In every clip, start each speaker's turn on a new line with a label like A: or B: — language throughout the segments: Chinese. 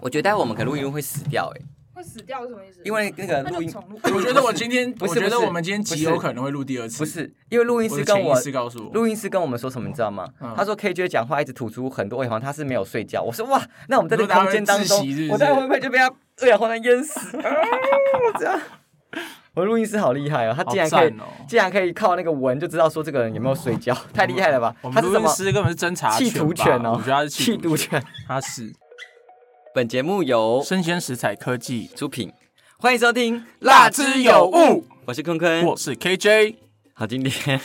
A: 我觉得待会我们可能录音会死掉哎、
B: 会死掉是什么意思？
A: 因为那个
B: 嗯那
A: 录
B: 就
A: 音
B: 重录。
C: 我觉得我今天，
A: 不
C: 我
A: 是
C: 觉得
A: 不是
C: 我们今天极有可能会录第二次，
A: 不是因为录音
C: 我
A: 师
C: 的
A: 跟
C: 潜意
A: 我
C: 识告诉我，
A: 录音师跟我们说什么，你知道吗？
C: 嗯
A: 他说 KJ 讲话一直吐出很多二氧化碳，他是没有睡觉。我说哇，那我们在这
C: 你
A: 个
C: 说他
A: 空
C: 会
A: 间当中
C: 窒息是不，是
A: 我待会会不会就被他二氧化碳淹 死？ 啊这样，我的录音师好厉害哦，他
C: 好
A: 竟然可以
C: 赞哦！
A: 竟然可以靠那个闻就知道说这个人有没有睡 觉，太厉害了吧
C: 我？
A: 他
C: 们
A: 是
C: 录
A: 什
C: 音
A: 么？
C: 师根本是侦查
A: 弃
C: 吧
A: 徒犬哦
C: 我觉得他是
A: 气
C: 弃
A: 度
C: 徒犬，
A: 犬。
C: 他是
A: 本节目由
C: 生鲜食材科技
A: 出品，欢迎收听《
C: 辣之有物》，，
A: 我是坤坤。
C: 我是 KJ，
A: 好，今天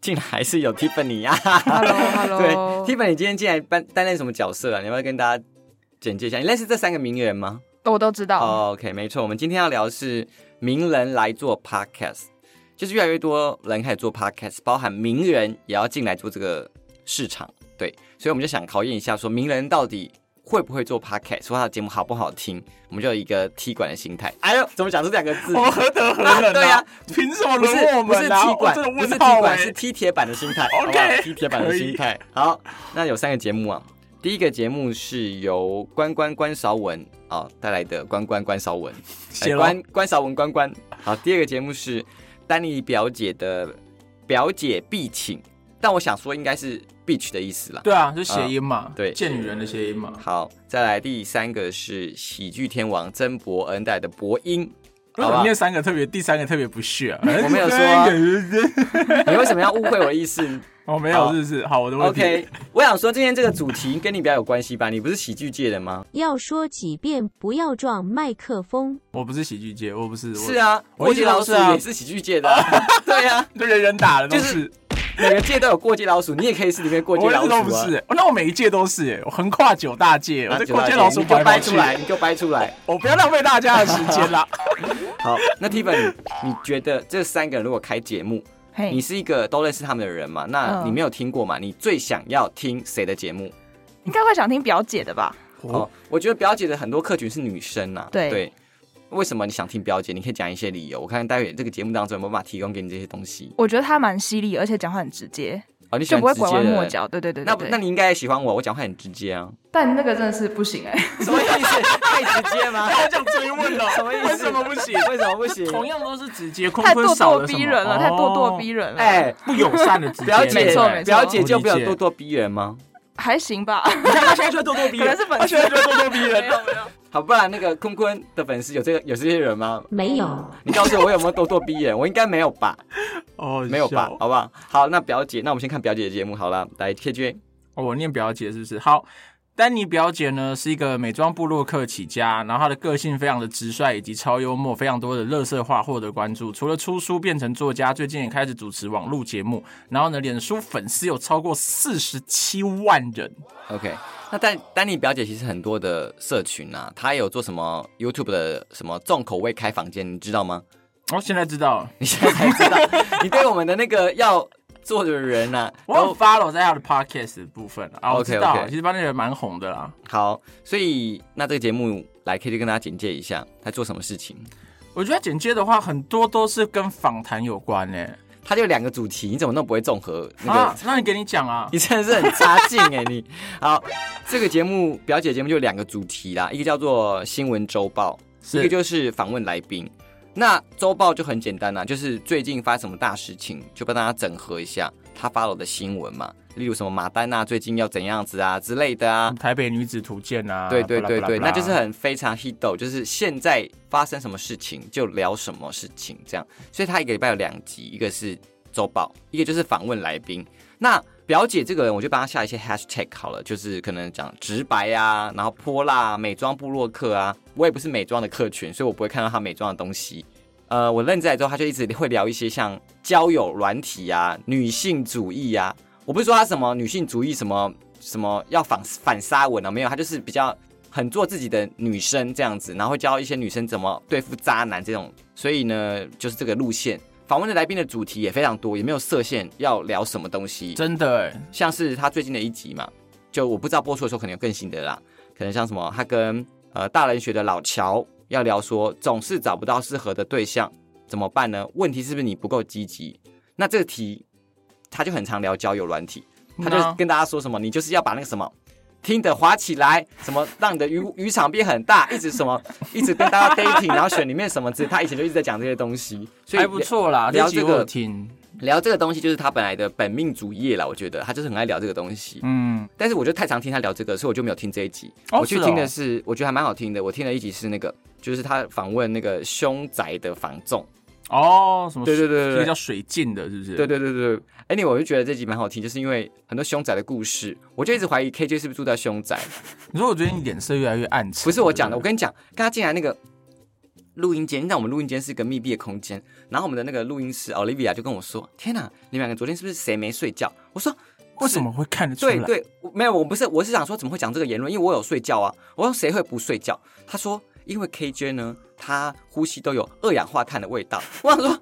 A: 竟然还是有 Tiffany 啊！对
B: Hello，Hello，
A: ，Tiffany 今天竟然担担任什么角色啊？你要不要跟大家简介一下？你认识这三个名人吗、
B: 我都知道。
A: o k 没错，我们今天要聊的是名人来做 Podcast，就是越来越多人开始做 Podcast，包含名人也要进来做这个市场。对，所以我们就想考验一下，说名人到底。会不会做 podcast，说他的节目好不好听，我们就有一个踢馆的心态。哎呦，怎么讲出两个字？
C: 我何德何能？
A: 对 呀，
C: 凭什么
A: 不是
C: 轮我
A: 不是
C: 们啊？
A: 踢
C: 我
A: 馆，
C: 真的
A: 不是踢
C: 问号
A: 馆，是
C: 哎！
A: 踢铁板的心 态。
C: OK，
A: 好不好踢铁板的
C: 可以
A: 心态。好，那有三个节目啊。第一个节目是由关关关韶文啊带来的关关关韶文，哎
C: 写了
A: 关关韶文关关。好，第二个节目是丹尼表姐的表姐必请，但我想说应该是 beach 的意思啦。
C: 对啊，是谐音嘛，
A: 对
C: 贱女人的谐音嘛。
A: 好，再来第三个是喜剧天王曾伯恩带来的博音，
C: 为
A: 好
C: 什
A: 不
C: 么
A: 好
C: 念？三个特别，第三个特别不屑啊？
A: 我没有说啊你为什么要误会我的意思？
C: 我没有，是不是？好，我的问题。
A: OK，我想说今天这个主题跟你比较有关系吧？你不是喜剧界的吗？
D: 要说几遍不要撞麦克风。
C: 我不是喜剧界，我不是。我
A: 是，啊，
C: 我
A: 过
C: 一直
A: 街老
C: 都
A: 鼠
C: 是啊
A: 也是喜剧界的啊、 对啊，
C: 就人人打的都
A: 就是
C: 是。
A: 每个界都有过街老鼠，你也可以是里面过街
C: 我
A: 老
C: 一直
A: 鼠、
C: 都
A: 啊。
C: 不是、欸，那我每一届都是、欸，我横跨九大界，我
A: 啊，
C: 在
A: 九
C: 过
A: 大
C: 街
A: 界
C: 老鼠
A: 你就
C: 跑
A: 掰
C: 来
A: 出
C: 出
A: 来，
C: 来，
A: 你就掰出来。
C: 我不要浪费大家的时间啦。
A: 好，那 Tiffany，你觉得这三个人如果开节目，你
B: 嘿，
A: 是一个都认识他们的人嘛？那
B: 嗯
A: 你没有听过嘛？你最想要听谁的节目？
B: 应该会想听表姐的吧？
A: 哦，我觉得表姐的很多客群是女生呐、
B: 对
A: 为什么你想听表姐？你可以讲一些理由，我看看待会这个节目当中有没有办法提供给你这些东西。
B: 我觉得她蛮犀利，而且讲话很直接，
A: 哦，你喜
B: 就
A: 欢
B: 不会
A: 直
B: 拐
A: 接
B: 弯
A: 的
B: 抹
A: 人
B: 角。对对对
A: 那
B: 对
A: 不
B: 对。
A: 那你应该也喜欢我，我讲话很直接啊。
B: 但那个真的是不行哎、
A: 什么意思？ 太直接吗？
C: 好想追问了，
A: 什么意思
C: 为什么不行？
A: 为什么不行？
C: 同样都是直接，坤
B: 太
C: 坤
B: 咄
C: 少
B: 咄
C: 了什么
B: 逼人了，太咄咄逼，人了。
A: 哎、
C: 哦不友善的直接。
A: 表
B: 没
A: 姐
B: 错
C: 对
B: 没错
A: 表姐就没有咄咄逼人吗？
B: 还行吧？
C: 你看他现在就咄咄逼
B: 可能
C: 人，
B: 是粉
C: 他
B: 丝
C: 现在就咄咄逼
B: 没
C: 人。
B: 有没有，
A: 好，不然那个坤坤的粉丝有这个有这些人吗？
D: 没有，
A: 你告诉我我有没有咄咄逼人？我应该没有 吧？
C: 哦，
A: 没有吧
C: 笑？
A: 好不好？好，那表姐，那我们先看表姐的节目好了。来，KJ，
C: 哦，我念表姐是不是？好，丹尼表姐呢是一个美妆部落客起家，然后她的个性非常的直率以及超幽默，非常多的乐色话获得关注。除了出书变成作家，最近也开始主持网络节目，然后呢，脸书粉丝有超过四十七万人。
A: OK，那丹丹尼表姐其实很多的社群啊，她有做什么 YouTube 的什么重口味开房间，你知道吗？
C: 哦，现在知道了，
A: 你 现在才知道，你对我们的那个要做的人 啊，
C: 我有 follow 在她的 podcast 的部分啊，我
A: OK，
C: 知道
A: OK
C: 其实帮那人蛮红的啦。
A: 好，所以那这个节目来 K J 跟大家简介一下，他做什么事情？
C: 我觉得简介的话，很多都是跟访谈有关诶、
A: 他就两个主题，你怎么那么不会综合？那个、
C: 啊，那你给你讲啊，
A: 你真的是很差劲哎、你。好，这个节目表姐节目就两个主题啦，一个叫做新闻周报，一个
C: 是
A: 就是访问来宾。那周报就很简单啦、就是最近发生什么大事情，就帮大家整合一下他发了的新闻嘛，例如什么马丹娜最近要怎样子啊之类的啊。
C: 台北女子图鉴啊，
A: 对对对对，
C: 巴拉巴拉巴拉
A: 那就是很非常 hit，就是现在发生什么事情就聊什么事情这样。所以他一个礼拜有两集，一个是周报，一个就是访问来宾。那表姐这个人，我就帮她下一些 hashtag 好了，就是可能讲直白啊，然后泼辣、啊、美妆部落客啊。我也不是美妆的客群，所以我不会看到她美妆的东西。呃，我认识来之后，她就一直会聊一些像交友软体啊、女性主义啊。我不是说她什么女性主义什么什么要反反杀文啊，没有，她就是比较很做自己的女生这样子，然后会教一些女生怎么对付渣男这种。所以呢，就是这个路线。访问的来宾的主题也非常多，也没有设限要聊什么东西。
C: 真的欸诶、
A: 像是他最近的一集嘛，就我不知道播出的时候可能有更新的啦，可能像什么他跟呃大人学的老乔要聊说，总是找不到适合的对象怎么办呢？问题是不是你不够积极？那这个题他就很常聊交友软体，他
C: 嗯
A: 就
C: 啊
A: 跟大家说什么，你就是要把那个什么听的滑起来，什么让你的渔渔场变很大，一直什么一直跟大家 dating，然后选里面什么字，他以前就一直在讲这些东西，所以
C: 还不错啦，
A: 聊
C: 这集
A: 这个
C: 我有听，
A: 聊。聊这个东西就是他本来的本命主业啦，我觉得他就是很爱聊这个东西。
C: 嗯，
A: 但是我就太常听他聊这个，所以我就没有听这一集。
C: 哦
A: 我去
C: 是哦
A: 听的是，我觉得还蛮好听的。我听了一集是那个，就是他访问那个凶宅的房仲。
C: 哦，什么
A: 对对对对
C: 一个
A: 对
C: 叫水镜的，是不是？
A: 对对对对对，anyway，我就觉得这集蛮好听，就是因为很多凶宅的故事，我就一直怀疑 KJ 是不是住在凶宅。
C: 你说我觉得你脸色越来越暗沉，
A: 不是我讲的，
C: 对
A: 我
C: 不对
A: 跟你讲，刚刚进来那个录音间，你知道我们录音间是一个密闭的空间，然后我们的那个录音师 Olivia 就跟我说：“天哪，你们两个昨天是不是谁没睡觉？”我说：“
C: 为什么会看得出来？
A: 对对，我没有，我不是，我是想说怎么会讲这个言论，因为我有睡觉啊。我说谁会不睡觉？他说因为 KJ 呢，他呼吸都有二氧化碳的味道。我想说，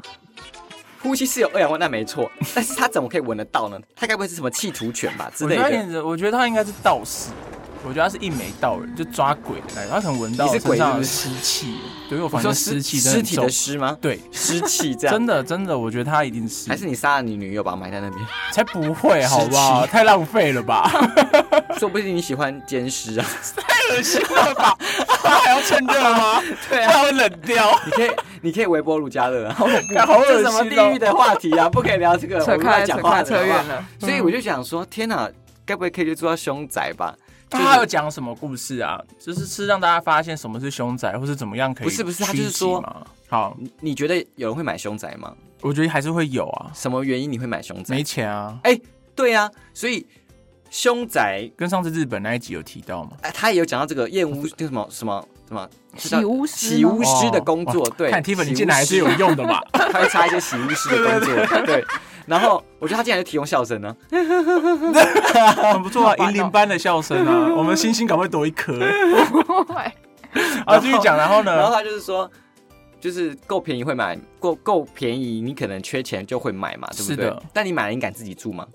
A: 呼吸是有二氧化碳没错，但是他怎么可以闻得到呢？他该不会是什么企图犬吧之
C: 我
A: 类
C: 觉得他
A: 的？
C: 演着，我觉得他应该是道士，我觉得他是一眉道人，就抓鬼的那种，他可能闻到
A: 你是鬼
C: 身上的
A: 是
C: 湿气，对，因为我
A: 你
C: 发
A: 说
C: 现
A: 尸
C: 湿气真
A: 尸
C: 很
A: 体
C: 重
A: 的尸吗？
C: 对，
A: 湿气这样，
C: 真的真的，我觉得他一定是，
A: 还是你杀了你女友把她埋在那边？
C: 才不会好不好？
A: 湿气
C: 太浪费 了吧，
A: 说不定你喜欢奸尸啊？
C: 恶心了吧？他还要趁热吗？
A: 对啊，
C: 他会冷掉，
A: 你可以你可以微波炉加热啊，好恐怖
C: 看好恶
A: 这
C: 心
A: 什
C: 哦
A: 么地狱的话题啊？不可以聊这 个，我
B: 扯
A: 们
B: 开
A: 在
B: 了
A: 讲
B: 扯
A: 话的
B: 开
A: 好
B: 扯
A: 不好
B: 远了。
A: 所以我就想说，天哪，该不会 K 就做到凶宅吧？
C: 他啊还有讲什么故事啊？就是是让大家发现什么是凶宅，或是怎么样可以
A: 不是不是他就是
C: 趋吉
A: 说
C: 嘛，好，
A: 你你觉得有人会买凶宅吗？
C: 我觉得还是会有啊，
A: 什么原因你会买凶宅
C: 没？钱啊，
A: 哎、对啊，所以凶宅，
C: 跟上次日本那一集有提到吗？
A: 哎、他也有讲到这个燕屋，那什么什么什么是叫
B: 洗巫师吗
A: 洗巫师的工作，
C: 哦
A: 对，
C: 看 Tiffany 进来还是有用的 嘛。
A: 洗巫师，他会插一些洗巫师的工作，对。然后我觉得他竟然就提供笑声呢、
C: 很不错 啊，银铃般的笑声 啊，我们星星赶快多一颗 啊！继续讲，然后
A: 然后
C: 呢？
A: 他就是说，就是够便宜会买，够够便宜，你可能缺钱就会买嘛，对不
C: 是
A: 对？
C: 的
A: 但你买了，你敢自己住吗？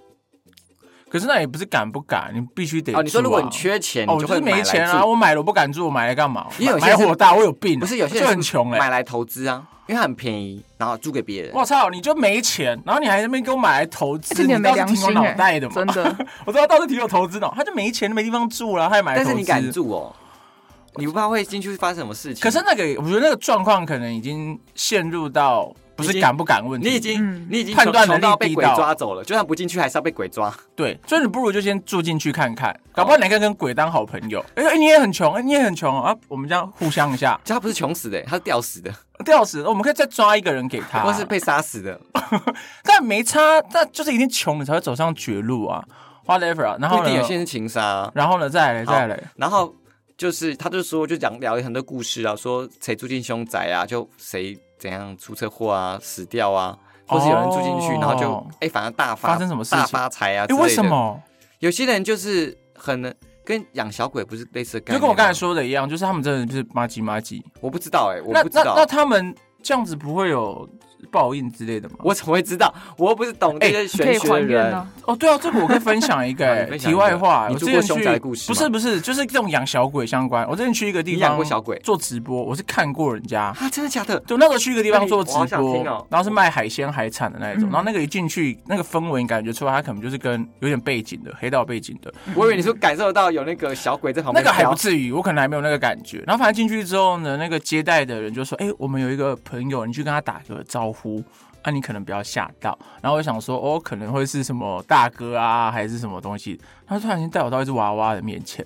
C: 可是那也不是敢不敢，你必须得、
A: 哦，你说如果你，缺钱，
C: 哦，
A: 你
C: 我就
A: 会
C: 是
A: 买
C: 没
A: 来
C: 钱啊，
A: 住。
C: 我买了我不敢住，我买来干嘛？
A: 因为有些
C: 买
A: 人是
C: 火大，我有病啊、
A: 不是有些人
C: 就是很穷哎、
A: 买来投资啊，因为它很便宜，然后租给别人。
C: 我操！你就没钱，然后你还在那边给我买来投资，
B: 这你
C: 你
B: 很没
C: 倒是
B: 良
C: 挺有
B: 心
C: 脑
A: 欸
B: 哎、
C: 袋的嘛！
B: 真，的。
C: 我知道倒是挺有投资脑，他就没钱，没地方住了，他还买来
A: 但
C: 投资。
A: 是你敢住哦，你不怕会进去发生什么事情？
C: 可是那个，我觉得那个状况可能已经陷入到不
A: 已
C: 是
A: 经
C: 敢不敢问题，
A: 你已经、
B: 嗯
A: 你已经
C: 判断
A: 穷
C: 能力
A: 到被
C: 低
A: 鬼
C: 到
A: 抓走了，就算不进去还是要被鬼抓。
C: 对，所以你不如就先住进去看看，搞不好哪个跟鬼当好朋友。哎、哎你也很穷，哎、你也很穷啊，我们这样互相一下，
A: 就他不是穷死的，他是吊死的，
C: 吊死，我们可以再抓一个人给他。
A: 或是被杀死的，
C: 但没差，但就是一定穷，你才会走上绝路啊，whatever 啊。然
A: 不一
C: 后
A: 定有些
C: 呢，
A: 人是情杀、啊。
C: 然后呢，再来
A: 好啊
C: 再来，
A: 然后就是他就说，就讲聊了很多故事啊，说谁住进凶宅啊，就谁怎样出车祸啊，死掉啊，或是有人住进去，
C: 哦
A: 然后就哎、反而大发
C: 发生什么事情
A: 大发财啊
C: 哎、
A: 之类的。
C: 为什么？
A: 有些人就是很跟养小鬼不是类似的概
C: 就
A: 念？
C: 跟我刚才，说的一样，就是他们真的就是麻吉麻吉。
A: 我不知道哎、我
C: 那
A: 不知
C: 那
A: 道
C: 那，他们这样子不会有报应之类的吗？
A: 我怎么会知道？我又不是懂这些
B: 可
A: 玄
B: 以
A: 学
B: 还
A: 的
B: 愿
A: 人。
B: 呢、
C: 哦，对啊，这个我可以分享 一个、
A: 好你
C: 哎
A: 分享
C: 题
A: 一个
C: 外话。
A: 你
C: 我
A: 住
C: 之
A: 过
C: 前
A: 凶
C: 去
A: 宅故事
C: 不
A: 吗
C: 是不是，就是这种养小鬼相关。我之前去一个地
A: 你
C: 方，
A: 养过小鬼
C: 做直播，我是看过人 家。
A: 啊？真的假的？
C: 就那时候去一个地
A: 那
C: 方
A: 你
C: 做直
A: 我好想
C: 播，
A: 听哦
C: 然后是卖海鲜海产的那一种，
B: 嗯
C: 然后那个一进去，那个氛围你感觉出来，他可能就是跟有点背景的黑道背景的，
A: 我以为你说感受到有那个小鬼在旁
C: 那
A: 边
C: 个
A: 飘，
C: 还不至于，我可能还没有那个感觉。然后反正进去之后呢，那个接待的人就说：“哎、我们有一个朋友，你去跟他打个招呼。”啊，你可能不要吓到。然后我想说，哦，可能会是什么大哥啊，还是什么东西。他突然间带我到一只娃娃的面前，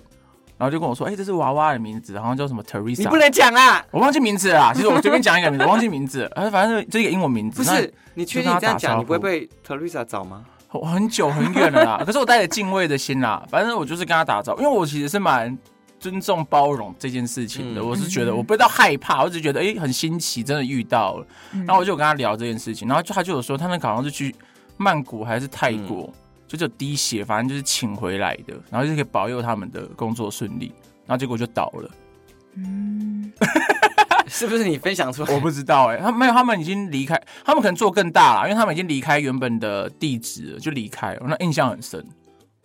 C: 然后就跟我说：“哎、这是娃娃的名字，好像叫什么 Teresa。”
A: 你不能讲啊啦。
C: 我忘记名字了啦。其实我随便讲一个名字，我忘记名字了，呃反正这一个英文名字。
A: 不是，你确定你这样
C: 就跟他打招
A: 讲，
C: 呼
A: 你不会被 Teresa 找吗？
C: 那我很久很远了啦。 可是我带着敬畏的心啦，反正我就是跟他打招呼，因为我其实是蛮尊重包容这件事情的。
A: 嗯
C: 我是觉得我不知道害怕，我只是觉得哎、诶很新奇，真的遇到了。
A: 嗯
C: 然后我就有跟他聊这件事情，然后就他就有说他那个好像是去曼谷还是泰国。
A: 嗯
C: 就只有滴血，反正就是请回来的，然后就可以保佑他们的工作顺利，然后结果就倒了。
B: 嗯，
A: 是不是你分享出来？
C: 我不知道哎、他没有，他们已经离开，他们可能做更大了，因为他们已经离开原本的地址了，就离开了。那印象很深，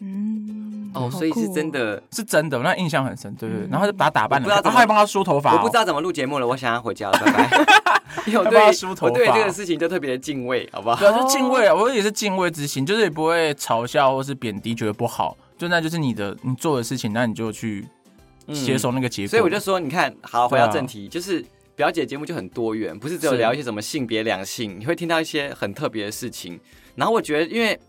B: 嗯，
A: 哦，所以是真的，
C: 是真的，那印象很深，对对对。
B: 嗯
C: 然后他就把他打扮
A: 我
C: 了，
A: 不知道
C: 然
A: 怎么
C: 后他还帮他梳头发、哦
A: 我不知
C: 道，
A: 道怎么录节目了，我想要回家了，拜 拜。因为我
C: 要帮他
A: 对
C: 梳头
A: 我对
C: 发
A: 这个事情就特别的敬畏，好不好？
C: 对啊，就敬畏啊，我也是敬畏之心，就是也不会嘲笑或是贬低，觉得不好，就那就是你的你做的事情，那你就去接受那个结果。
A: 所以我就说，你看，好，回到
C: 对啊
A: 正题，就是表姐节目就很多元，不是只有
C: 是
A: 聊一些什么性别两性，你会听到一些很特别的事情。然后我觉得，因为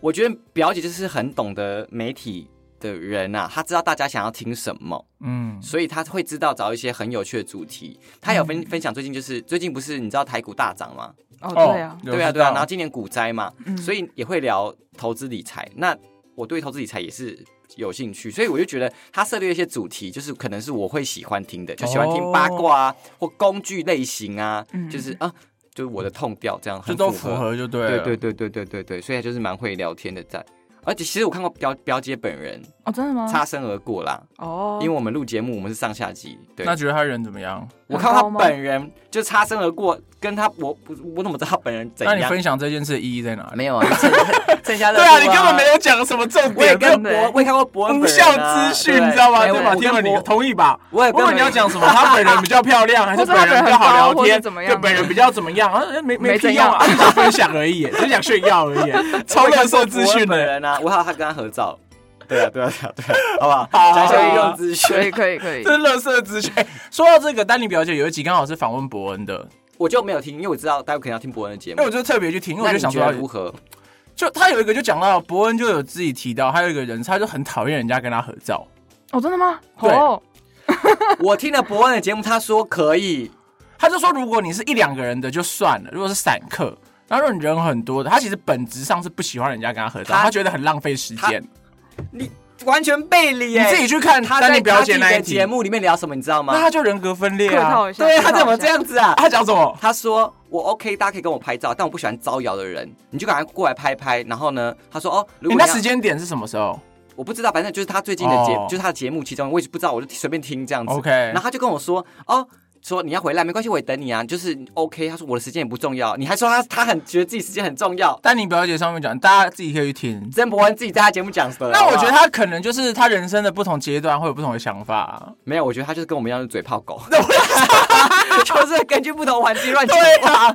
A: 我觉得表姐就是很懂得媒体的人啊，她知道大家想要听什么，
C: 嗯，
A: 所以她会知道找一些很有趣的主题。她有分分享最近就是最近不是你知道台股大涨吗？
B: 哦，对啊，
C: 有
A: 对啊
C: 知
A: 对啊，
C: 道
A: 然后今年股灾嘛，
B: 嗯
A: 所以也会聊投资理财。那我对投资理财也是有兴趣，所以我就觉得他涉猎一些主题，就是可能是我会喜欢听的，就喜欢听八卦啊，或工具类型啊，
B: 嗯
A: 就是啊，就是我的痛调这样，
C: 就
A: 很
C: 都
A: 符
C: 符。合就对了。
A: 对对对对对对对，所以他就是蛮会聊天的在。而且其实我看过表表姐本人
B: 哦，真的吗？
A: 擦身而过啦，
B: 哦，
A: 因为我们录节目我们是上下集，对，
C: 那觉得他人怎么样？
A: 我看到
B: 很
A: 他
B: 高吗
A: 本人就擦身而过，跟他我我怎么知道他本人怎
C: 那你
A: 样？
C: 分享这件事的意义在哪里？
A: 没 有啊，你蹭蹭一下热度
C: 对啊，你根本没有讲什么重
A: 我也
C: 点，
A: 跟
B: 对
A: 博，我也看过博恩
C: 无
A: 本人
C: 效
A: 啊
C: 资讯，你知道吗？
A: 对
C: 对吧？听了
A: 我跟
C: 你
A: 博
C: 同意吧？
A: 我也
C: 不
A: 跟
C: 管你要讲什么，他本人比较漂亮，还是
B: 或者他
C: 本人比较好聊
B: 本人很高或
C: 天，
B: 者怎么样
C: 对本人比较怎么样？啊，没没
B: 没
C: 屁
B: 怎
C: 用
B: 样
C: 啊，就分享而已， 只是想炫耀而已，超
A: 我也
C: 热
A: 看过
C: 搜资讯
A: 博恩本
C: 的。
A: 人啊，我还有他跟他合照。 对啊，对啊，对啊，对啊，好不好？
C: 好
A: 讲一
C: 好
A: 些
C: 好
A: 运用资
B: 可以
A: 讯，
B: 可以可以
C: 这，是乐色资讯。哎、说到这个，丹妮表姐有一集刚好是访问伯恩的，
A: 我就没有听，因为我知道大家可能要听伯恩的节
C: 因为我
A: 目。
C: 就特别去听，因为
A: 那
C: 我就
A: 你
C: 想
A: 觉
C: 说
A: 得，如何？
C: 就他有一个就讲到伯恩就有自己提到，还有一个人他就很讨厌人家跟他合照，
B: 哦，真的吗？
C: 对
B: 哦，
A: 我听了伯恩的节目，他说可以，
C: 他就说如果你是一两个人的就算了，如果是散客。然后如果你人很多的，他其实本质上是不喜欢人家跟他合照，
A: 他
C: 他觉得很浪费时间。
A: 你完全背离
C: 你
A: 耶。
C: 自己去看
A: 他
C: 丹
A: 在
C: 尼表
A: 他自
C: 姐
A: 己
C: 那
A: 的
C: 一
A: 节
C: 集，
A: 目里面聊什么，你知道
C: 那
A: 吗？
C: 他就人格分裂
B: 客
C: 啊
B: 套！一下，
A: 对啊，
B: 客
A: 他
B: 套一
A: 怎么
B: 下
A: 这？样子啊？
C: 他讲什么？
A: 他说我 OK，大家可以跟我拍照，但我不喜欢招摇的人，你就赶快过来拍拍。然后呢，他说哦，如
C: 你
A: 果
C: 那
A: 要
C: 时间点是什么时候
A: 我不知道，反正就是他最近的节
C: 哦
A: 就是他的节目其中，我也不知道，我就随便听这样子。
C: ？OK，
A: 然后他就跟我说，哦，说你要回来没关系，我也等你啊，就是 OK。他说我的时间也不重要，你还说他他很觉得自己时间很重要，
C: 丹尼表姐上面讲，大家自己可以去听。
A: 曾伯恩自己在他节目讲的。
C: 那
A: 好不
C: 我
A: 好
C: 觉得他可能就是他人生的不同阶段会有不同的想法、啊
A: 没有，我觉得他就是跟我们一样是嘴炮 狗， 就是根据不同环境乱讲 话。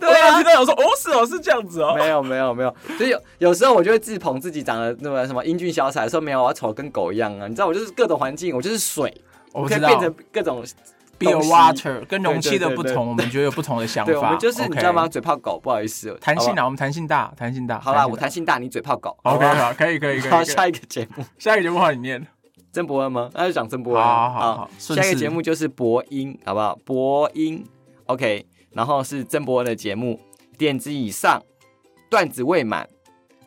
A: 对啊，
C: 到有说哦是哦是这样子 哦，
A: 没有没有没有，所以有有时候我就会自捧自己长得那么什么英俊潇洒，说没有，我要丑得跟狗一样啊。你知道，我就是各种环境，我就是水，
C: 我
A: 可
C: 知
A: 以
C: 道
A: 变成各种
C: be a
A: 东西
C: water 跟容器的
A: 对对对
C: 不
A: 对
C: 同，我们觉得有不同的想法。
A: 对，我们就是
C: OK
A: 你知道吗？？嘴炮狗，不好意思，
C: 弹性
A: 好
C: 啊，我们弹性大，弹性大。
A: 不好好啦，我
C: 弹
A: 弹
C: 性
A: 性大，你嘴炮狗。
C: 大。
A: 好不
C: OK，
A: 好
C: 好，可以可以可以。
A: 好，
C: 可以
A: 下一个节目，
C: 下一个节目换你念。
A: 曾伯恩吗？那就讲曾伯恩。
C: 好好好顺
A: 下
C: 势
A: 一个节目就是博音，好不好？博音，OK。然后是曾伯恩的节目，点子以上，段子未满，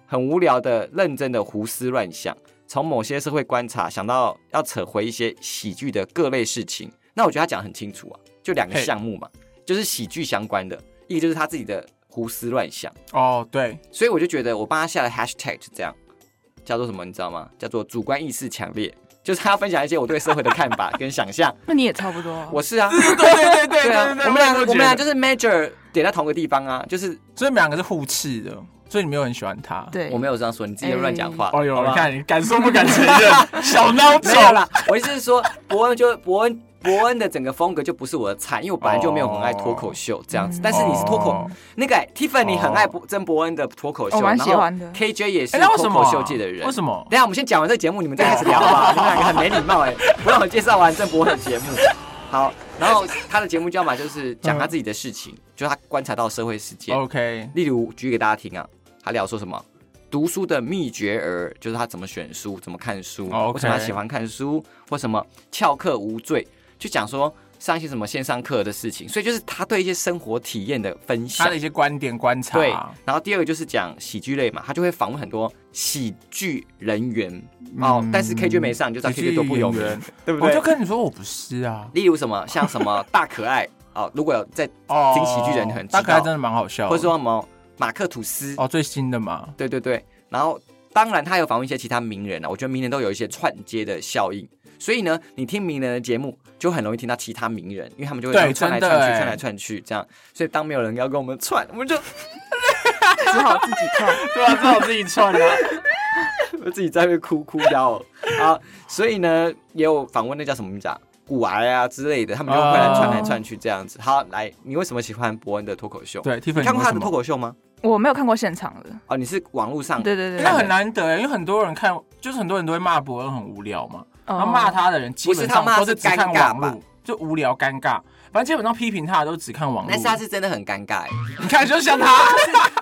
A: 很无聊的认真的胡思乱想，从某些社会观察想到要扯回一些喜剧的各类事情。那我觉得他讲得很清楚啊，就两个
C: 嘿
A: 项目嘛，就是喜剧相关的，一个就是他自己的胡思乱想。
C: 哦， 对，
A: 所以我就觉得我帮他下了 hashtag 就这样，叫做什么你知道吗？叫做主观意识强烈，就是他分享一些我对社会的看 法跟想象。
B: 那你也差不多啊。
A: 我是啊，
C: 对对对哦 对
A: 对啊，
C: 对对，
A: 我们俩
C: 都
A: 我
C: 觉
A: 们
C: 得
A: 俩就是 major 点在同个地方啊，就是
C: 所以你们两个是互斥的，所以你没有很喜欢他。。
B: 对，
A: 啊我没有这样说，你自己又乱讲话。
C: 哦
A: 好
C: 呦，
A: 吧
C: 你看你敢说不敢承认， 小孬
A: 没有
C: 种。
A: 啦，我意思是说，伯恩就伯恩。伯恩的整个风格就不是我的菜，因为我本来就没有很爱脱口秀这样子。
B: 哦
A: 但是你是脱口，
C: 嗯哦
A: 那个 Tiffany 很爱伯曾伯恩的脱口秀，
B: 我蛮喜欢的
A: 然后 KJ 也是
C: 哎，那为
A: 脱
C: 什么
A: 口
C: 啊？
A: 秀界的人。
C: 为什么？
A: 等一下，我们先讲完这个节目，你们再开始聊好不 好？你们两个很没礼貌哎、不让我介绍完郑博的节目。好，然后他的节目叫嘛，就是讲他自己的事 情，就是他观察到社会事
C: 哦
A: 件。
C: OK，
A: 例如举给大家听啊，他聊说什么读书的秘诀儿，就是他怎么选书、怎么看书，
C: 哦，OK
A: 为什么他喜欢看书，或什么翘课无罪，就讲说上一些什么线上课的事情。所以就是他对一些生活体验的分享
C: 他的。一些观点观察，
A: 对，然后第二个就是讲喜剧类嘛，他就会访问很多喜剧人员、哦，但是 KJ 没上，你就知道
C: 嗯喜剧
A: KJ 多不有名
C: 演员，
A: 对不
C: 我
A: 对？
C: 哦就跟你说我不是啊，
A: 例如什么像什么大可爱哦， 如果有在，
C: 哦
A: 听喜剧人很知道
C: 大可爱真的蛮好笑的，
A: 或者说什么马克吐斯，
C: 哦最新的嘛，
A: 对对对，然后当然他有访问一些其他名人啊，我觉得名人都有一些串接的效应，所以呢，你听名人的节目就很容易听到其他名人，因为他们就会
C: 对
A: 这样串来
C: 真
A: 串
C: 的
A: 去、
C: 欸
A: 串来串去这样，所以当没有人要跟我们串，我们就
B: 只好自己创。
C: 对啊，只好自己串了。
A: 我自己在那边哭哭腰啊，所以呢，也有访问那叫什么名字啊，古癌啊之类的，他们
C: 哦
A: 就会来串来串去这样子。好，来，你为什么喜欢伯恩的脱口秀？
C: 对
A: 你
C: ，Tiffany
A: 看过他的
C: 为什
A: 脱
C: 么
A: 口秀吗？
B: 我没有看过现场的，
A: 哦，你是网络上
B: 对对对，
C: 那
B: 对
C: 很难得，欸因为很多人看，就是很多人都会骂伯恩很无聊嘛。然后骂，
B: 哦
C: 他的人基本上都是只看网络，就无聊尴尬。反正基本上批评他的都只看网络
A: 但。是他是真的很尴尬欸，
C: 你看就像他，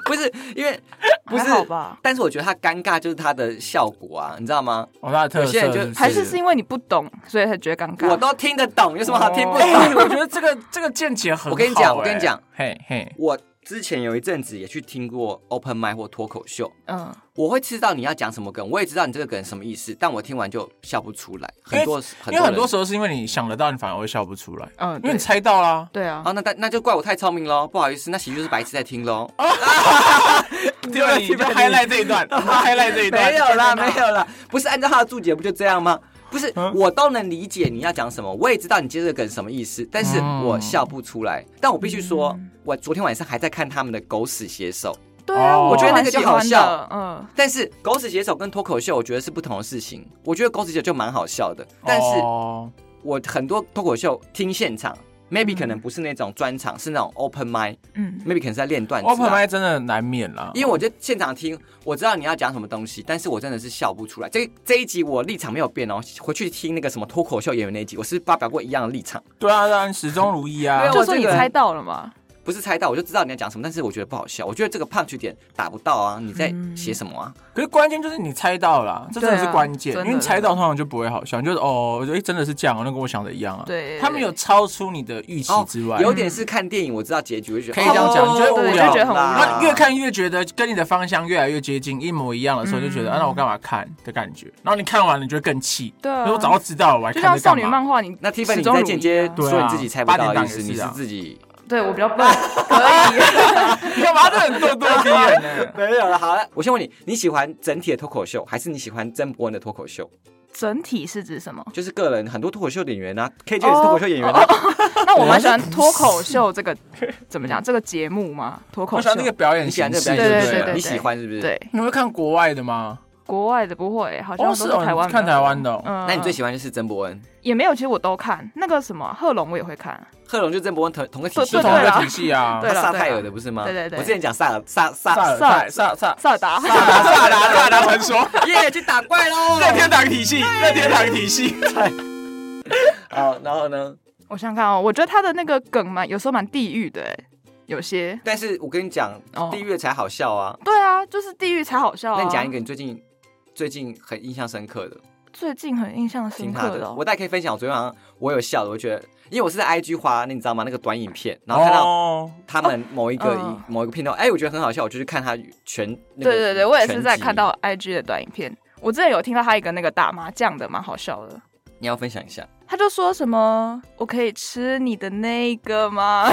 A: 不是因为不是
B: 还好吧？
A: 但是我觉得他尴尬就是他的效果啊，你知道吗？
C: 哦，他的特
A: 有些人
C: 色
A: 就是
C: 不
B: 还是是因为你不懂，所以才觉得尴尬。哦
A: 我都听得懂，有什么好听不懂？
C: 哎 我觉得这个这个见解很好。
A: 我跟你讲
C: 哎
A: 我跟你讲，
C: 嘿嘿，
A: 我之前有一阵子也去听过 open mic 或脱口秀，
B: 嗯，
A: 我会知道你要讲什么梗，我也知道你这个梗什么意思，但我听完就笑不出来。很多
C: 哎因为很多
A: 人
C: 时候是因为你想得到，你反而会笑不出来，
B: 嗯
C: 因为
B: 对
C: 你猜到啦。
B: 对啊
A: 好，，那但那就怪我太聪明喽，不好意思，那喜剧就是白痴在听喽。
C: 哎对了，你就 highlight 这一 段，highlight 这一段。
A: 没有啦， 没有啦，不是按照他的注解不就这样吗？不是，
C: 嗯
A: 我都能理解你要讲什么，我也知道你接这个梗什么意思，但是
C: 嗯
A: 我笑不出来。但我必须说，我昨天晚上还在看他们的狗屎写手，
B: 对啊，
C: 哦
B: 我
C: 我觉得
A: 那
B: 蛮
A: 个就
B: 喜
A: 好
B: 欢
A: 笑
B: 的，嗯，
A: 但是狗屎写手跟脱口秀，我觉得是不同的事情。我觉得狗屎写手就蛮好笑的，但是
C: 哦
A: 我很多脱口秀听现场，maybe
C: 嗯
A: 可能不是那种专场，是那种 open mic，maybe
B: 嗯，
A: 可能是在练段子啊。
C: open mic 真的难免啦，
A: 因为我就现场听，我知道你要讲什么东西，但是我真的是笑不出来。这这一集我立场没有变哦，回去听那个什么脱口秀演员那一集，我是发表过一样的立场，
C: 对啊，当然始终如一啊
A: 没。有
B: 就
A: 我
B: 说
A: 这
B: 你
A: 个人
B: 猜到了嘛，
A: 不是猜到，我就知道你要讲什么，但是我觉得不好笑，我觉得这个 punch 点打不到啊，你在写什么啊？
C: 可是关键就是你猜到了，这真的是关键，
B: 对啊
C: 因为你猜到通常就不会好笑，你就是哦，哎、真的是这样哦，那跟我想的一样啊。
B: 对
C: 他们有超出你的预期之嗯外，
A: 哦有点是看电影，我知道结局，我就觉得
C: 可以这样讲
A: 哦
C: 你就会无聊
A: 对
B: 就觉得很无聊
A: 啊
C: 那越看越觉得跟你的方向越来越接近，一模一样的时候，就觉得、
B: 嗯
C: 啊，那我干嘛看的感觉？然后你看完了，你就会更气。
B: 对啊
C: 因为我早就知道了，我还
B: 就
C: 看
B: 像
C: 这
B: 少
C: 干
B: 女
C: 嘛？
B: 漫画，你
A: 那 Tiffany
B: 始
A: 你
B: 终
A: 在
B: 如
A: 间
B: 一
A: 接
B: 啊
C: 对啊
A: 说你自己猜不到的意思，
C: 八点档也
A: 你
C: 是
A: 是
C: 啊
A: 自己。
B: 对我比较笨，可
C: 你干嘛？这很咄咄逼人呢
A: 没有了。好了，我先问你，你喜欢整体的脱口秀，还是你喜欢曾伯恩的脱口秀？
B: 以。 整体是 指什么？
A: 就是个人很多脱口秀演员啊，KJ
B: 哦
A: 也是脱口秀演员啊。
B: 那我蛮喜欢脱口秀这个， 怎么讲？这个节目嘛，脱口
C: 我喜
B: 秀
C: 欢。这个表演
A: 你喜欢
C: 形
A: 这个
C: 式，
A: 表
B: 对
A: 演
B: 对
A: 是不
B: 对
C: 不
A: 是？
B: 对
A: 你喜欢是不是？。
B: 对，
C: 你会看国外的吗？
B: 国外的不会，好像
C: 哦，
B: 都
C: 是
B: 是
C: 哦，
B: 台湾
C: 你
B: 比较多。
C: 看台湾的、哦。
B: 嗯，
A: 那你最喜欢就是曾伯恩，
B: 也没有，其实我都看。那个什么贺龙我也会看，
A: 贺龙就曾伯恩同同个体系
C: 是
B: 对
C: 同
A: 嘛，
C: 一个
B: 啦
C: 体系啊，
A: 他
B: 对啦
A: 萨泰尔的不是吗？
B: 对对对
A: 我之前讲萨尔萨萨
C: 萨尔
B: 萨
C: 萨
B: 尔
C: 萨萨
B: 萨尔达。
C: 萨萨达萨达传说，
A: 耶，去打 怪喽！
C: 任天堂体系，任天堂体系。
A: 好，然后呢？
B: 我想想看哦，我觉得他的那个梗蛮，有时候蛮地狱的，哎，有些。
A: 但是我跟你讲
B: 哦，
A: 地狱才好笑啊。
B: 对啊，就是地狱才好笑啊。
A: 那你讲一个你最近最近很印象深刻的，
B: 最近很印象深
A: 听他
B: 刻的
A: 的，
B: 哦，
A: 我大概可以分享。我昨天晚上我有笑的，我觉得，因为我是在 IG 滑，那你知道吗？那个短影片，然后看到
C: 哦
A: 他们某一个
B: 嗯
A: 影某一个片段，哎，我觉得很好笑，我就去看他全。那个
B: 对对对，我也
A: 全
B: 是
A: 集
B: 在看到 IG 的短影片，我之前有听到他一个那个打麻将的，蛮好笑的。
A: 你要分享一下。
B: 他就说什么“我可以吃你的那 个吗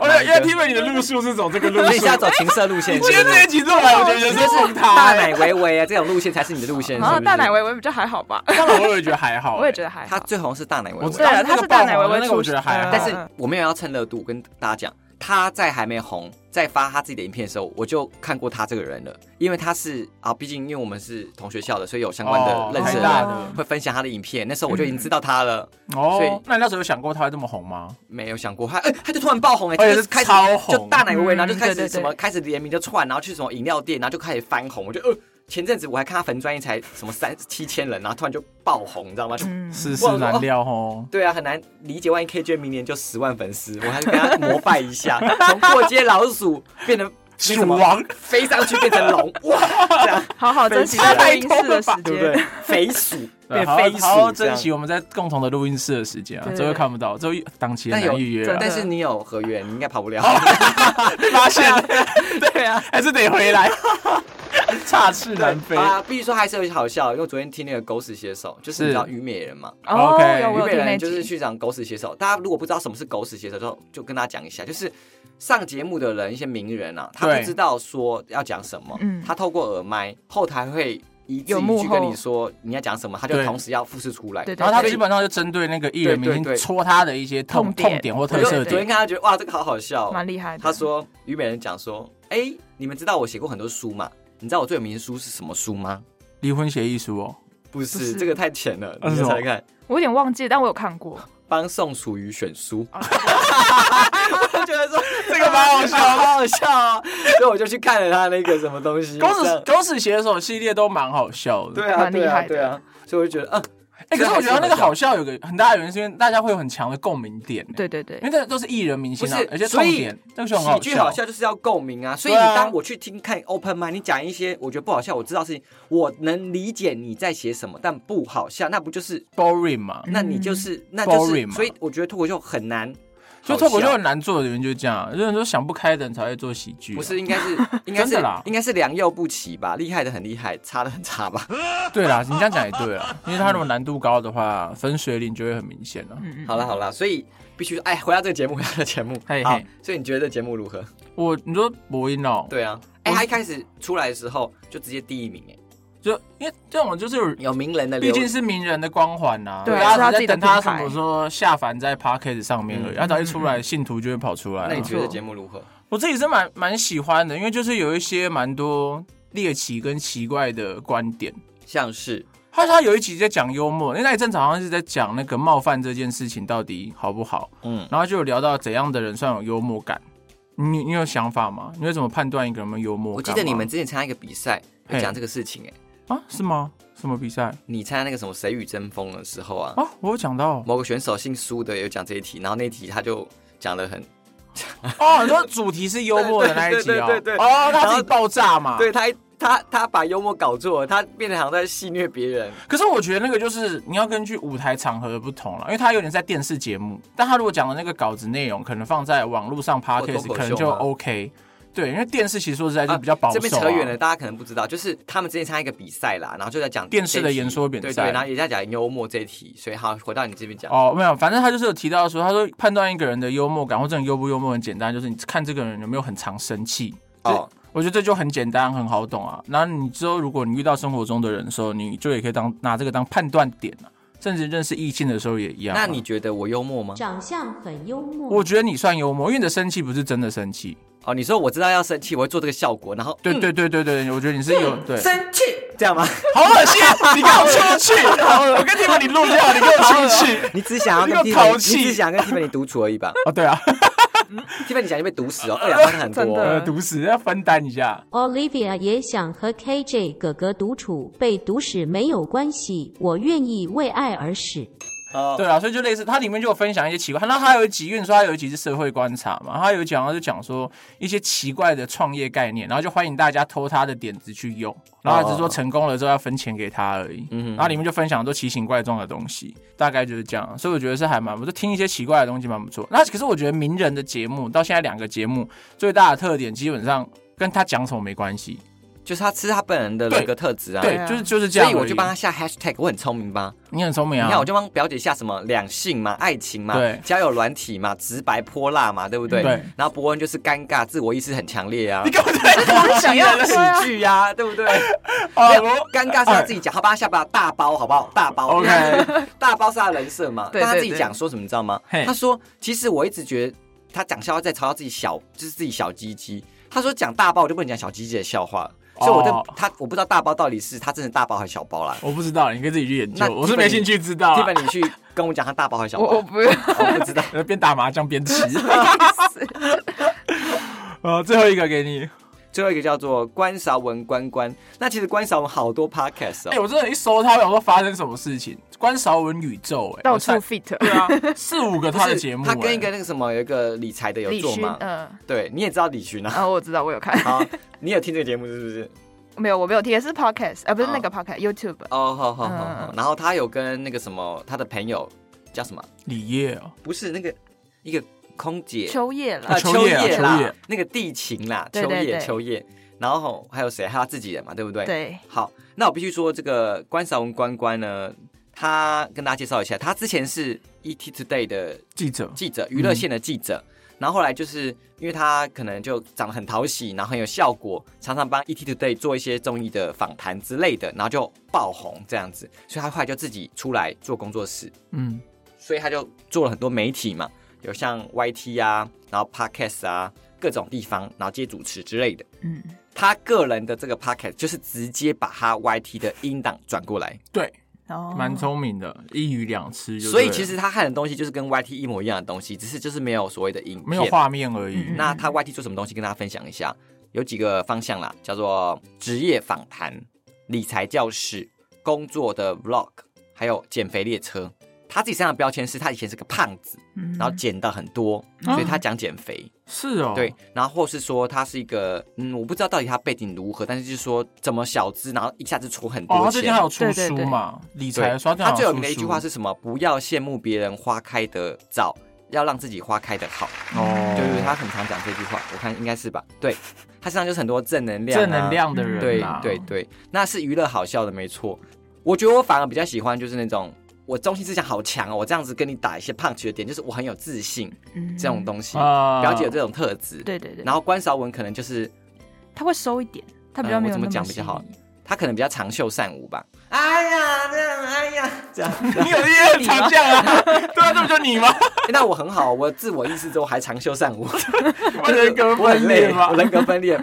C: 我要要听为你的路数是走这个路
A: 所以你
C: 数
A: 是。要走情色路 线，
C: 今天
A: 是不
C: 这
A: 是
C: 一集做
B: 哦
C: 完，我觉得
A: 你
C: 人
A: 就
C: 生
A: 是
C: 无他
A: 大
C: 欸。
A: 奶维维啊，这种路线才是你的路”，线。
B: 然后
A: 是不是
B: 啊
A: 哦
B: 大奶，维维比较还好吧，
C: 当然，我也觉得还好欸。
B: 我也觉得还
A: 他
B: 好。
A: 最红是大奶维
C: 我
A: 维
C: 知，
B: 对
C: 道
B: 啊，
C: 那
B: 他
C: 个
B: 是
C: 爆
B: 大
C: 红
B: 奶维维
C: 的那
B: 出
C: 个
B: 身，
C: 我觉得还好
B: 嗯
A: 但是
B: 嗯
A: 我没有要蹭热度，我跟大家讲，他在还没红，在发他自己的影片的时候，我就看过他这个人了，因为他是啊，毕竟因为我们是同学校的，所以有相关
C: 哦
A: 的认识
C: 台
A: 的
C: 大
A: 人。
C: 的
A: 会分享他的影片，那时候我就已
B: 嗯
A: 经知道他了，所以
C: 哦。那你那时候有想过他会这么红吗？
A: 没有想过他，哎、他就突然爆红哎、
C: 而且
A: 就是开始
C: 哦超红
A: 就大奶维维，然后就开
B: 嗯对
A: 始
B: 对对
A: 什么开始联名就串，然后去什么饮料店，然后就开始翻红，我就呃，前阵子我还看他粉专业才什么三七千人，然后突然就爆红，你知道吗？就
B: 嗯，
C: 世
A: 我
C: 事难料 哦。
A: 对啊，很难理解。万一 KJ 明年就十万粉丝，我还是跟他膜拜一下，从过街老鼠变成那什
C: 鼠
A: 么，
C: 王，
A: 飞上去变成 龙，哇，这样
B: 好好珍惜
A: 飞机
B: 录音室的时
A: 对不
B: 间。
A: 对？肥鼠
C: 对
A: 变
C: 好
A: 飞鼠，
C: 好好
A: 这样
C: 珍惜。我们在共同的录音室的时间啊，
B: 对
C: 这会看不到，这会档期很
A: 但有
C: 难预约啊。
A: 但是你有合约，你应该跑不了。
C: 被发现 了，
A: 对啊，
C: 还是得 回来，插翅难飞。
A: 啊，必须说还是有些好笑，因为我昨天听那个狗屎写手，就是你知道
C: 是
A: 虞美人嘛。
B: 哦
C: OK，，
B: 有
A: 虞
B: 我有
A: 美
B: 听那
A: 人就是
B: 集，
A: 去讲狗屎写手，大家如果不知道什么是狗屎写手，就就跟大家讲一下，就是上节目的人，一些名人啊，他
C: 对
A: 不知道说要讲什么，
B: 嗯
A: 他透过耳麦后台会一字
B: 有
A: 一
B: 幕
A: 句
B: 后
A: 跟你说你要讲什么，他就
C: 对
A: 同时要复试出来。
B: 对对
C: 然后他基本上就针对那个艺人明
A: 对对
C: 星
A: 对
C: 戳他的一些痛
B: 痛点
C: 痛点或
A: 我
C: 特
A: 就
C: 色
B: 对对
A: 昨
B: 对
A: 天
C: 点。
A: 看他觉得哇，这个好好笑哦、
B: 蛮厉害的。
A: 他说虞美人讲说，哎、你们知道我写过很多书嘛？你知道我最有名的书是什么书吗？
C: 离婚协议书哦，
A: 不是
B: 是啊
A: 这个太浅了，
C: 那
A: 你
C: 是什么
A: 猜猜看，
B: 我有点忘记，但我有看 过。
A: 帮宋楚瑜选书。
B: 啊
A: 我觉得说这
C: 个蛮好笑的
A: 好好笑啊！ 所以我就去看了他那个什么东西，
C: 狗屎
A: 像
C: 狗屎写手系列都蛮好笑的，
A: 对啊，
B: 蛮厉
A: 对啊，
B: 害的
A: 对啊，所以我就觉得，嗯，
C: 哎、可是我觉得那个
A: 这还是
C: 好笑有个很大的原因，是因为大家会有很强的共鸣点、欸，
B: 对对对
C: 因 为，这都是艺人明星啊
A: 不是，
C: 而且重
A: 所以
C: 点那个时候很
A: 喜
C: 好
A: 剧好
C: 笑，
A: 笑就是要共鸣啊，所以你
C: 对啊
A: 当我去听看 open m i d 你讲一些我觉得不好笑，我知道事情，我能理解你在写什么，但不好笑，那不就是，
C: boring 嘛，
A: 那你就是，那就是
C: 嗯 Boring 嘛
A: 所以我觉得脱口秀很难，
C: 就脱口秀
A: 好笑
C: 很难做的原因就是这样，有人说想不开的人才会做喜剧啊、
A: 不是应该是应该是
C: 真的啦
A: 应该是良莠不齐吧，厉害的很厉害，差的很差吧。
C: 对啦，你这样讲也 对啦，因为他如果难度高的话，分水岭就会很明显啊了。
B: 嗯 嗯，
A: 好了好了，所以必须哎，回到这个节目，回到这个节目，
C: 嘿嘿
A: 好，所以你觉得这节目如何？
C: 我你说博音哦，
A: 对啊，哎、他一开始出来的时候就直接第一名哎、
C: 就因为这种就是有
A: 有名人的
C: 毕
A: 流，
C: 竟是名人的光环呐、
B: 对啊
C: 大
B: 是他
C: 家
B: 自
C: 只在
B: 己的
C: 等他
B: 品
C: 什
B: 牌
C: 么时候下凡在 p a r k e t 上面而已，
A: 嗯
C: 他只要一出来，信徒就会跑出来啊。
A: 那你觉得节目如何？
C: 我自己是蛮蛮喜欢的，因为就是有一些蛮多猎奇跟奇怪的观点。
A: 像是
C: 他他有一集在讲幽默，因为那一阵子好像是在讲那个冒犯这件事情到底好不好，
A: 嗯，
C: 然后就有聊到怎样的人算有幽默感。你你有想法吗？你会怎么判断一个人有没有幽默
A: 我
C: 感吗？
A: 记得你们之前参加一个比赛，
C: 嘿
A: 有讲这个事情哎、
C: 啊是吗？什么比赛
A: 你参加那个什么谁与争锋的时候啊，
C: 啊？我有讲到
A: 某个选手姓苏的有讲这一题，然后那一题他就讲的很，
C: 哦，你说主题是幽默的那一集哦，
A: 对对对对对
C: 哦，他
A: 然
C: 自
A: 后
C: 己爆炸嘛，
A: 对他他他把幽默搞错了，他变得好像在戏虐别人，
C: 可是我觉得那个就是你要根据舞台场合的不同了，因为他有点在电视节目，但他如果讲的那个稿子内容，可能放在网络上 podcast
A: 脱口秀
C: 可能就
A: 吗
C: OK。对，因为电视其实说实在就
A: 啊
C: 比较保守、
A: 这
C: 啊
A: 边扯远了，大家可能不知道，就是他们之前参加一个比赛啦，然后就在讲
C: 电视的
A: 这一题
C: 演说比赛
A: 对对，然后也在讲幽默这一题，所以好，回到你这边讲，
C: 哦，没有，反正他就是有提到说，他说判断一个人的幽默感或这种幽不幽默很简单，就是你看这个人有没有很常生气。
A: 哦
C: 我觉得这就很简单，很好懂啊。然后你之后如果你遇到生活中的人的时候，你就也可以当拿这个当判断点啊，甚至认识异性的时候也一样啊、
A: 那你觉得我幽默吗？
D: 长相很幽默。
C: 我觉得你算幽默，因为你的生气不是真的生气，
A: 哦，你说我知道要生气，我会做这个效果，然后
C: 对
A: 嗯
C: 对对对对，我觉得你是有对，
A: 生气这样吗？
C: 嗯 好恶心！啊 你给我出去！我跟你把你录掉，你给我出去！
A: 你只想要跟
C: 那个
A: Tiffany，
C: 淘
A: 你
C: 气
A: 只想跟 Tiffany 独处而 已吧
C: 哦，对啊，
A: ？Tiffany 想就被毒死哦，二氧化碳很
B: 真
A: 多哦
B: 的。
C: 呃，毒死要分担一下。
D: Olivia 也想和 KJ 哥哥独处，被毒死没有关系，我愿意为爱而死。
A: 哦，
C: 对啊，所以就类似，它里面就有分享一些奇怪。那他有一集，因为你说他有一集是社会观察嘛，他有讲到就讲说一些奇怪的创业概念，然后就欢迎大家偷他的点子去用，然后他只是说成功了之后要分钱给他而已。
A: 哦嗯哼
C: 然后里面就分享很多奇形怪状的东西，大概就是这样。所以我觉得是还蛮，我就听一些奇怪的东西蛮不错。那可是我觉得名人的节目到现在两个节目最大的特点，基本上跟他讲什么没关系，
A: 就是他吃他本人的人格特质啊。
C: 对，
B: 对啊
C: 就是就是这
A: 所
C: 样而
A: 以
C: 已。
A: 我就帮他下 hashtag，我很聪明吧？
C: 你很聪明
A: 你
C: 啊，
A: 看，我就帮表姐下什么两性嘛、爱情嘛
C: 对、
A: 交友软体嘛、直白泼辣嘛，对不对？
C: 对
A: 然后伯恩就是尴尬、自我意识很强烈啊
C: 你，根本就在 偷
A: 想
C: 袭
A: 要
C: 人
A: 喜剧呀，对不对？
C: 啊！
A: 没有
C: 我
A: 尴尬是他自己讲，好吧，下巴大包，好不好？大包
C: OK
A: 大包是他的人设嘛？
B: 对
A: 但他
B: 对
A: 自己
B: 对
A: 讲说什么，你知道吗
C: 嘿？
A: 他说，其实我一直觉得他讲笑话在嘲笑自己小，就是自己小鸡鸡。他说讲大包，我就不能讲小鸡鸡的笑话了，所以我
C: 哦
A: 就他我不知道大包到底是他真的大包还是小包啦。
C: 我不知道，你可以自己去研
A: 那
C: 究，我是没兴趣知道
A: 基
C: 啊。
A: 本你去跟我讲他大包还是小
B: 我我
A: 包，
B: 不是
A: 我不知道。
C: 呃边打麻将边 吃。呃，最后一个给你。
A: 最后一个叫做关韶文关关，那其实关韶文好多 podcast
C: 哎、
A: 哦，
C: 我真的，一搜他，我想说发生什么事情？关韶文宇宙、哎，
B: 到
C: 我
B: 处
C: 才
B: fit
C: 对啊，四五个
A: 不
C: 他的
A: 是
C: 节目、
A: 他跟一个
C: 哎
A: 那个什么有一个理财的有
B: 李
A: 做
B: 勋，
A: 嘛，
B: 嗯，
A: 对，你也知道李寻 啊，
B: 啊，我知道，我有看，
A: 好，你有听这个节目是不是？
B: 没有，我没有听，也是 podcast，呃，不是
A: 啊
B: 那个 podcast，YouTube，
A: 哦，好好好
B: 嗯
A: 好，然后他有跟那个什么他的朋友叫什么？
C: 李烨哦、
A: 不是那个一个空姐
B: 秋叶
A: 啊
B: 了，
C: 秋叶啊
A: 叶
C: 秋
A: 啦
C: 叶，
A: 那个地勤啦，
B: 对
A: 秋
B: 对
A: 叶
B: 对
A: 秋叶，然后还有谁？还有他自己人嘛，对不对？
B: 对，
A: 好，那我必须说，这个关韶文关关呢，他跟大家介绍一下，他之前是 ET Today 的
C: 记者，
A: 记者，娱乐线的记者。然后后来就是因为他可能就长得很讨喜，然后很有效果，常常帮 ET Today 做一些综艺的访谈之类的，然后就爆红这样子，所以他后来就自己出来做工作室，
C: 嗯，
A: 所以他就做了很多媒体嘛，有像 YT 啊，然后 Podcast 啊，各种地方，然后接主持之类的。
B: 嗯，
A: 他个人的这个 p o c k e t 就是直接把他 YT 的音档转过来，
C: 对，
B: 哦，
C: 蛮聪明的，一鱼两吃就对了。
A: 所以其实他看的东西就是跟 YT 一模一样的东西，只是就是没有所谓的影片。
C: 没有画面而已。
B: 嗯
A: 那他 YT 做什么东西，跟大家分享一下，有几个方向啦，叫做职业访谈、理财教室、工作的 Vlog，还有减肥列车。他自己身上的标签是他以前是个胖子，
B: 嗯
A: 然后减到很多，
C: 哦
A: 所以他讲减肥。
C: 是哦，
A: 对，，然后或是说他是一个，嗯，我不知道到底他背景如何，但是就是说怎么小资，然后一下子出很
C: 哦，
A: 多
C: 他最近
A: 钱。
C: 还有出
B: 对对
C: 书
B: 对
C: 嘛，理
A: 对
C: 财的书，
A: 他最有名
C: 出
A: 的一句
C: 书
A: 话是什么？不要羡慕别人花开的早，要让自己花开的好。
C: 哦，
A: 对对对，他很常讲这句话，我看应该是吧？对，他身上就是很多正能量、
C: 正能。量的
A: 对
C: 人啊，
A: 啊对对，那是娱乐好笑的，没错。我觉得我反而比较喜欢就是那种我中心思想好强哦，我这样子跟你打一些胖 u 的点，就是我很有自信这种东西。
C: 啊，
A: 表姐有这种特质，
B: 嗯对对对，
A: 然后关少文可能就是
B: 他会收一点，他比较
A: 嗯
B: 没
A: 我
B: 有
A: 怎
B: 那
A: 么讲比较好
B: 犀利
A: 他可能比较长袖善舞吧。哎呀，这样，哎呀，这样。
C: 你有也很常这样 啊，对啊，这不就你吗？
A: 欸 那我很好，我自我意识中还长袖善 舞，
C: 我人格
A: 我很
C: 分
A: 累，
C: 裂 吗
A: 我？人格分裂。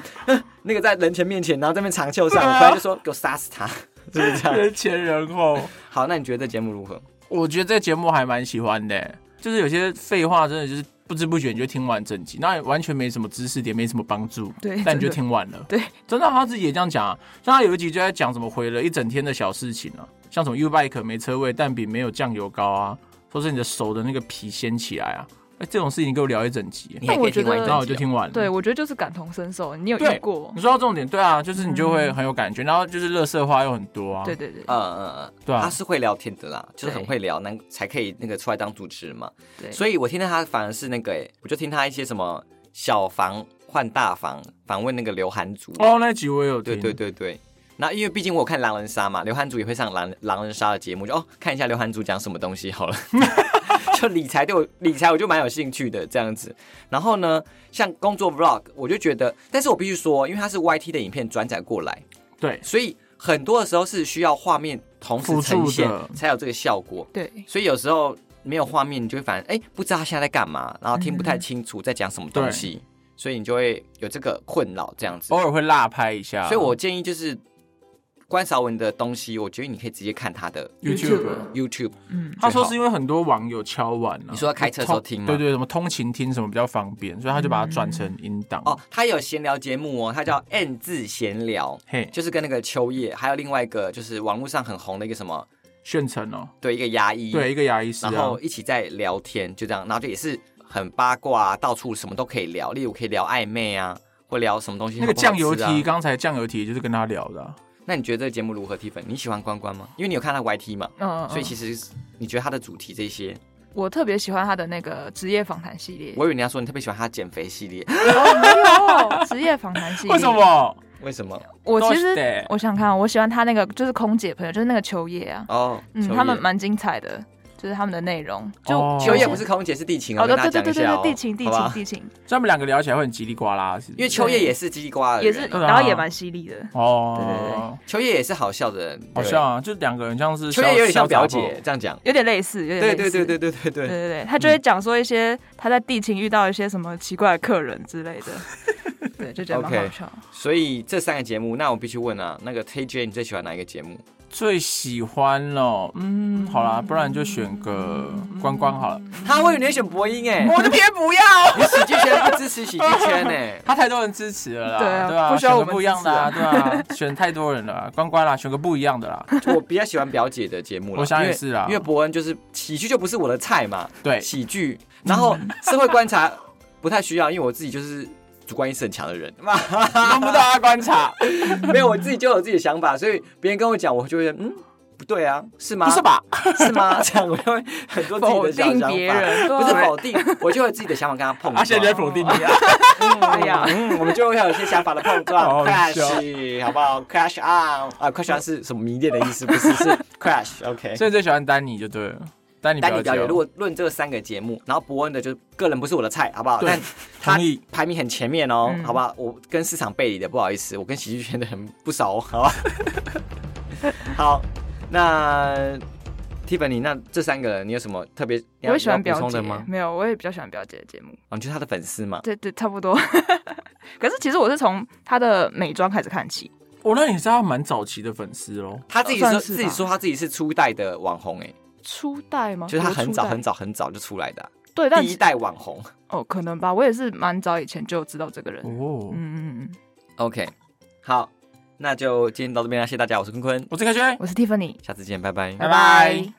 A: 那个在人前面前，然后这边长袖善
C: 对
A: 舞，
C: 啊
A: 回来就说给我杀死他， 是不是这样？
C: 人前人后，
A: 好，那你觉得这节目如何？
C: 我觉得这节目还蛮喜欢的，就是有些废话真的就是不知不觉你就听完整集，那也完全没什么知识点，没什么帮助，
B: 对
C: 但你就
B: 真的
C: 听完了。
B: 对，
C: 真的他自己也这样讲啊，像他有一集就在讲怎么毁了一整天的小事情啊，像什么 U bike 没车位，蛋饼没有酱油膏啊，或是你的手的那个皮掀起来啊，哎，这种事情给我聊一整集，
A: 你还可以听完一
B: 那
C: 然后
A: 整
C: 我就
A: 集哦。
C: 听完了。
B: 对，我觉得就是感同身受，你有
C: 对
B: 遇过？嗯
C: 你说到重点，对啊，就是你就会很有感觉，然后就是乐色话又很多啊，
B: 对对对
A: 嗯嗯嗯，
C: 对啊
A: 他是会聊天的啦，就是很
B: 对
A: 会聊，那才可以那个出来当主持人嘛。
B: 对，
A: 所以我听到他反而是那个、欸，我就听他一些什么小房换大房，访问那个刘涵竹。啊
C: 哦，那集我也有听，
A: 对对对对。那因为毕竟我有看狼人杀嘛，刘涵竹也会上狼狼人杀的节目，就哦看一下刘涵竹讲什么东西 好了。 就理财对我理财我就蛮有兴趣的这样子。然后呢，像工作 vlog，我就觉得，但是我必须说，因为它是 YT 的影片转载过来，
C: 对
A: 所以很多的时候是需要画面同时呈现
C: 辅助的
A: 才有这个效果。
B: 对
A: 所以有时候没有画面，你就会反正哎、不知道他现在在干嘛，然后听不
C: 嗯
A: 太清楚在讲什么东西，所以你就会有这个困扰这样子
C: 偶。尔会落拍一下，
A: 所以我建议就是关韶文的东西，我觉得你可以直接看他的
C: YouTube。
A: YouTube。
B: 嗯，
C: 他说是因为很多网友敲碗了、
A: 你说开车的时候听吗
C: 对对，什么通勤听什么比较方便，所以他就把它转成音档。
A: 哦，他有闲聊节目哦，他叫 N 字闲聊，
C: 嘿，
A: 就是跟那个秋叶，还有另外一个就是网络上很红的一个什么，
C: 炫成哦，
A: 对，一个牙医，
C: 对，一个牙医师、啊，
A: 然后一起在聊天，就这样，然后就也是很八卦、啊，到处什么都可以聊，例如可以聊暧昧啊，或聊什么东西、
C: 那个酱油
A: 题。
C: 题，刚才酱油题就是跟他聊的啊、
A: 啊那你觉得这个节目如何提分？你喜欢关关吗？因为你有看他 YT 嘛，
B: 嗯，
A: 所以其
B: 实
A: 实你觉得他的主题这些，
B: 我特别喜欢他的那个职业访谈系列，
A: 我以为你要说你特别喜欢他减肥系列，
B: 哦没有职业
A: 嗯
B: 访谈系列，
C: 为什？么？
A: 为什么？
B: 我其
C: 都是
B: 实
C: 的
B: 我想看，我喜欢他那个就是空姐朋友，就是那个秋叶啊，
A: 哦，
B: 嗯，
A: 秋
B: 他们
A: 叶
B: 蛮精彩的，就是他们的内容，就
C: 哦
A: 秋叶不是空姐是地勤啊，
B: 哦，
A: 我跟
B: 对
A: 大
B: 对
A: 家讲
B: 对对
A: 一
B: 对
A: 下哦，
B: 对，地勤地
A: 好
B: 勤
A: 吧
B: 地勤
C: 所以他们两个聊起来会很叽里呱啦，是不是
A: 因为秋叶也是叽里呱啦的
B: 也
A: 人啊，
B: 是，
C: 对啊
B: 然后也蛮犀利的，
C: 哦，
A: 秋叶也是好笑的人，对
C: 好像啊，就两个人像是
A: 秋
C: 小
A: 叶有点像表，
C: 小杂
A: 姐
C: 货
A: 这样讲，
B: 有点类似，有点类
A: 对对
B: 似，
A: 对对
B: 对
A: 对对对嗯
B: 对对，他就会讲说一些他在地勤遇到一些什么奇怪的客人之类的，对，就觉得蛮
A: OK
B: 好笑。
A: 所以这三个节目，那我必须问啊，那个 TJ 你最喜欢哪一个节目？
C: 最喜欢了，嗯，好啦，不然就选个关关好了，
A: 他会有点选播音 哎，
C: 我就偏不要。
A: 你喜剧圈不支持喜剧圈哎。
C: 他太多人支持了啦，
B: 对啊
C: 对啊，
B: 不需要
C: 选个
B: 我们
C: 不一样的啊，
B: 支
C: 对 啊，选太多人了啊，关关啦，选个不一样的啦，
A: 我比较喜欢表姐的节目啦
C: 我想也
A: 因为
C: 是啊
A: 因为伯恩就是喜剧就不是我的菜嘛，
C: 对
A: 喜剧，然后社会观察不太需要，因为我自己就是主观意识很强的人，
C: 轮不到他观察，
A: 没有我自己就有自己的想法，所以别人跟我讲，我就会嗯不对啊，是吗？
C: 不是吧？
A: 是吗？这样我就会很多自己
B: 否
A: 的小
B: 定
A: 想
B: 别
A: 法。
B: 人，
A: 不是
B: 对
A: 否定，我就有自己的想法跟他碰撞。
C: 而且人否定你 啊，
B: 哎呀，
A: 嗯，我们就会有一些想法的碰
C: 好
A: 撞
C: 好笑
A: ，crash，好不好？crash on 啊，crash on 是什么迷恋的意思？不是，是 crash，OK。
C: 所以最喜欢丹尼就对了，丹尼
A: 单体
C: 表
A: 表演，
C: 演，
A: 如果论这三个节目，然后伯恩的就是个人不是我的菜，好不好？
C: 对
A: 但他
C: 同意
A: 排名很前面哦，
B: 嗯
A: 好不好？我跟市场背离的，不好意思，我跟喜剧圈的很不熟，好吧？ 好，那 Tiffany，那这三个人你有什么特别你
B: 我
A: 要
B: 也喜欢
A: 要补
B: 表
A: 充
B: 姐
A: 的吗，？
B: 没有，我也比较喜欢表姐的节目，
A: 哦，你就是他的粉丝嘛？
B: 对对，差不多。可是其实我是从她的美妆开始看起，
C: 哦，那你是他蛮早期的粉丝喽。
A: 他自己说
B: 哦算是吧
A: 自己说他自己是初代的网红、欸，
B: 初代吗？
A: 就是他
B: 我
A: 很
B: 初
A: 早
B: 代
A: 很早很早就出来的啊、
B: 对，但
A: 第一代网红。
B: 哦，可能吧，我也是蛮早以前就知道这个人。
C: 哦，
B: 嗯嗯嗯，
A: OK，好，那就今天到这边啦，谢谢大家，我是坤坤，
C: 我是凯轩，
B: 我是 Tiffany，
A: 下次见，拜拜。
C: 拜拜。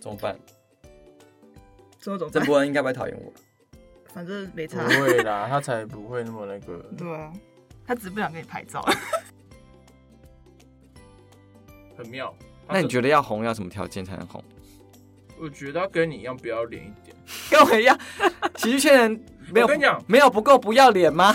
A: 怎么办？
B: 之后怎么
A: 郑？波恩应该不会讨厌我。
B: 反正没
C: 不会啦，他才不会那么那个。
B: 对啊，他只是不想跟你拍照。
C: 很妙。
A: 那你觉得要红要什么条件才能红？
C: 我觉得他跟你一样不要脸一点。
A: 跟我一样，喜剧圈人没有
C: 我跟你讲
A: 没有不够不要脸吗？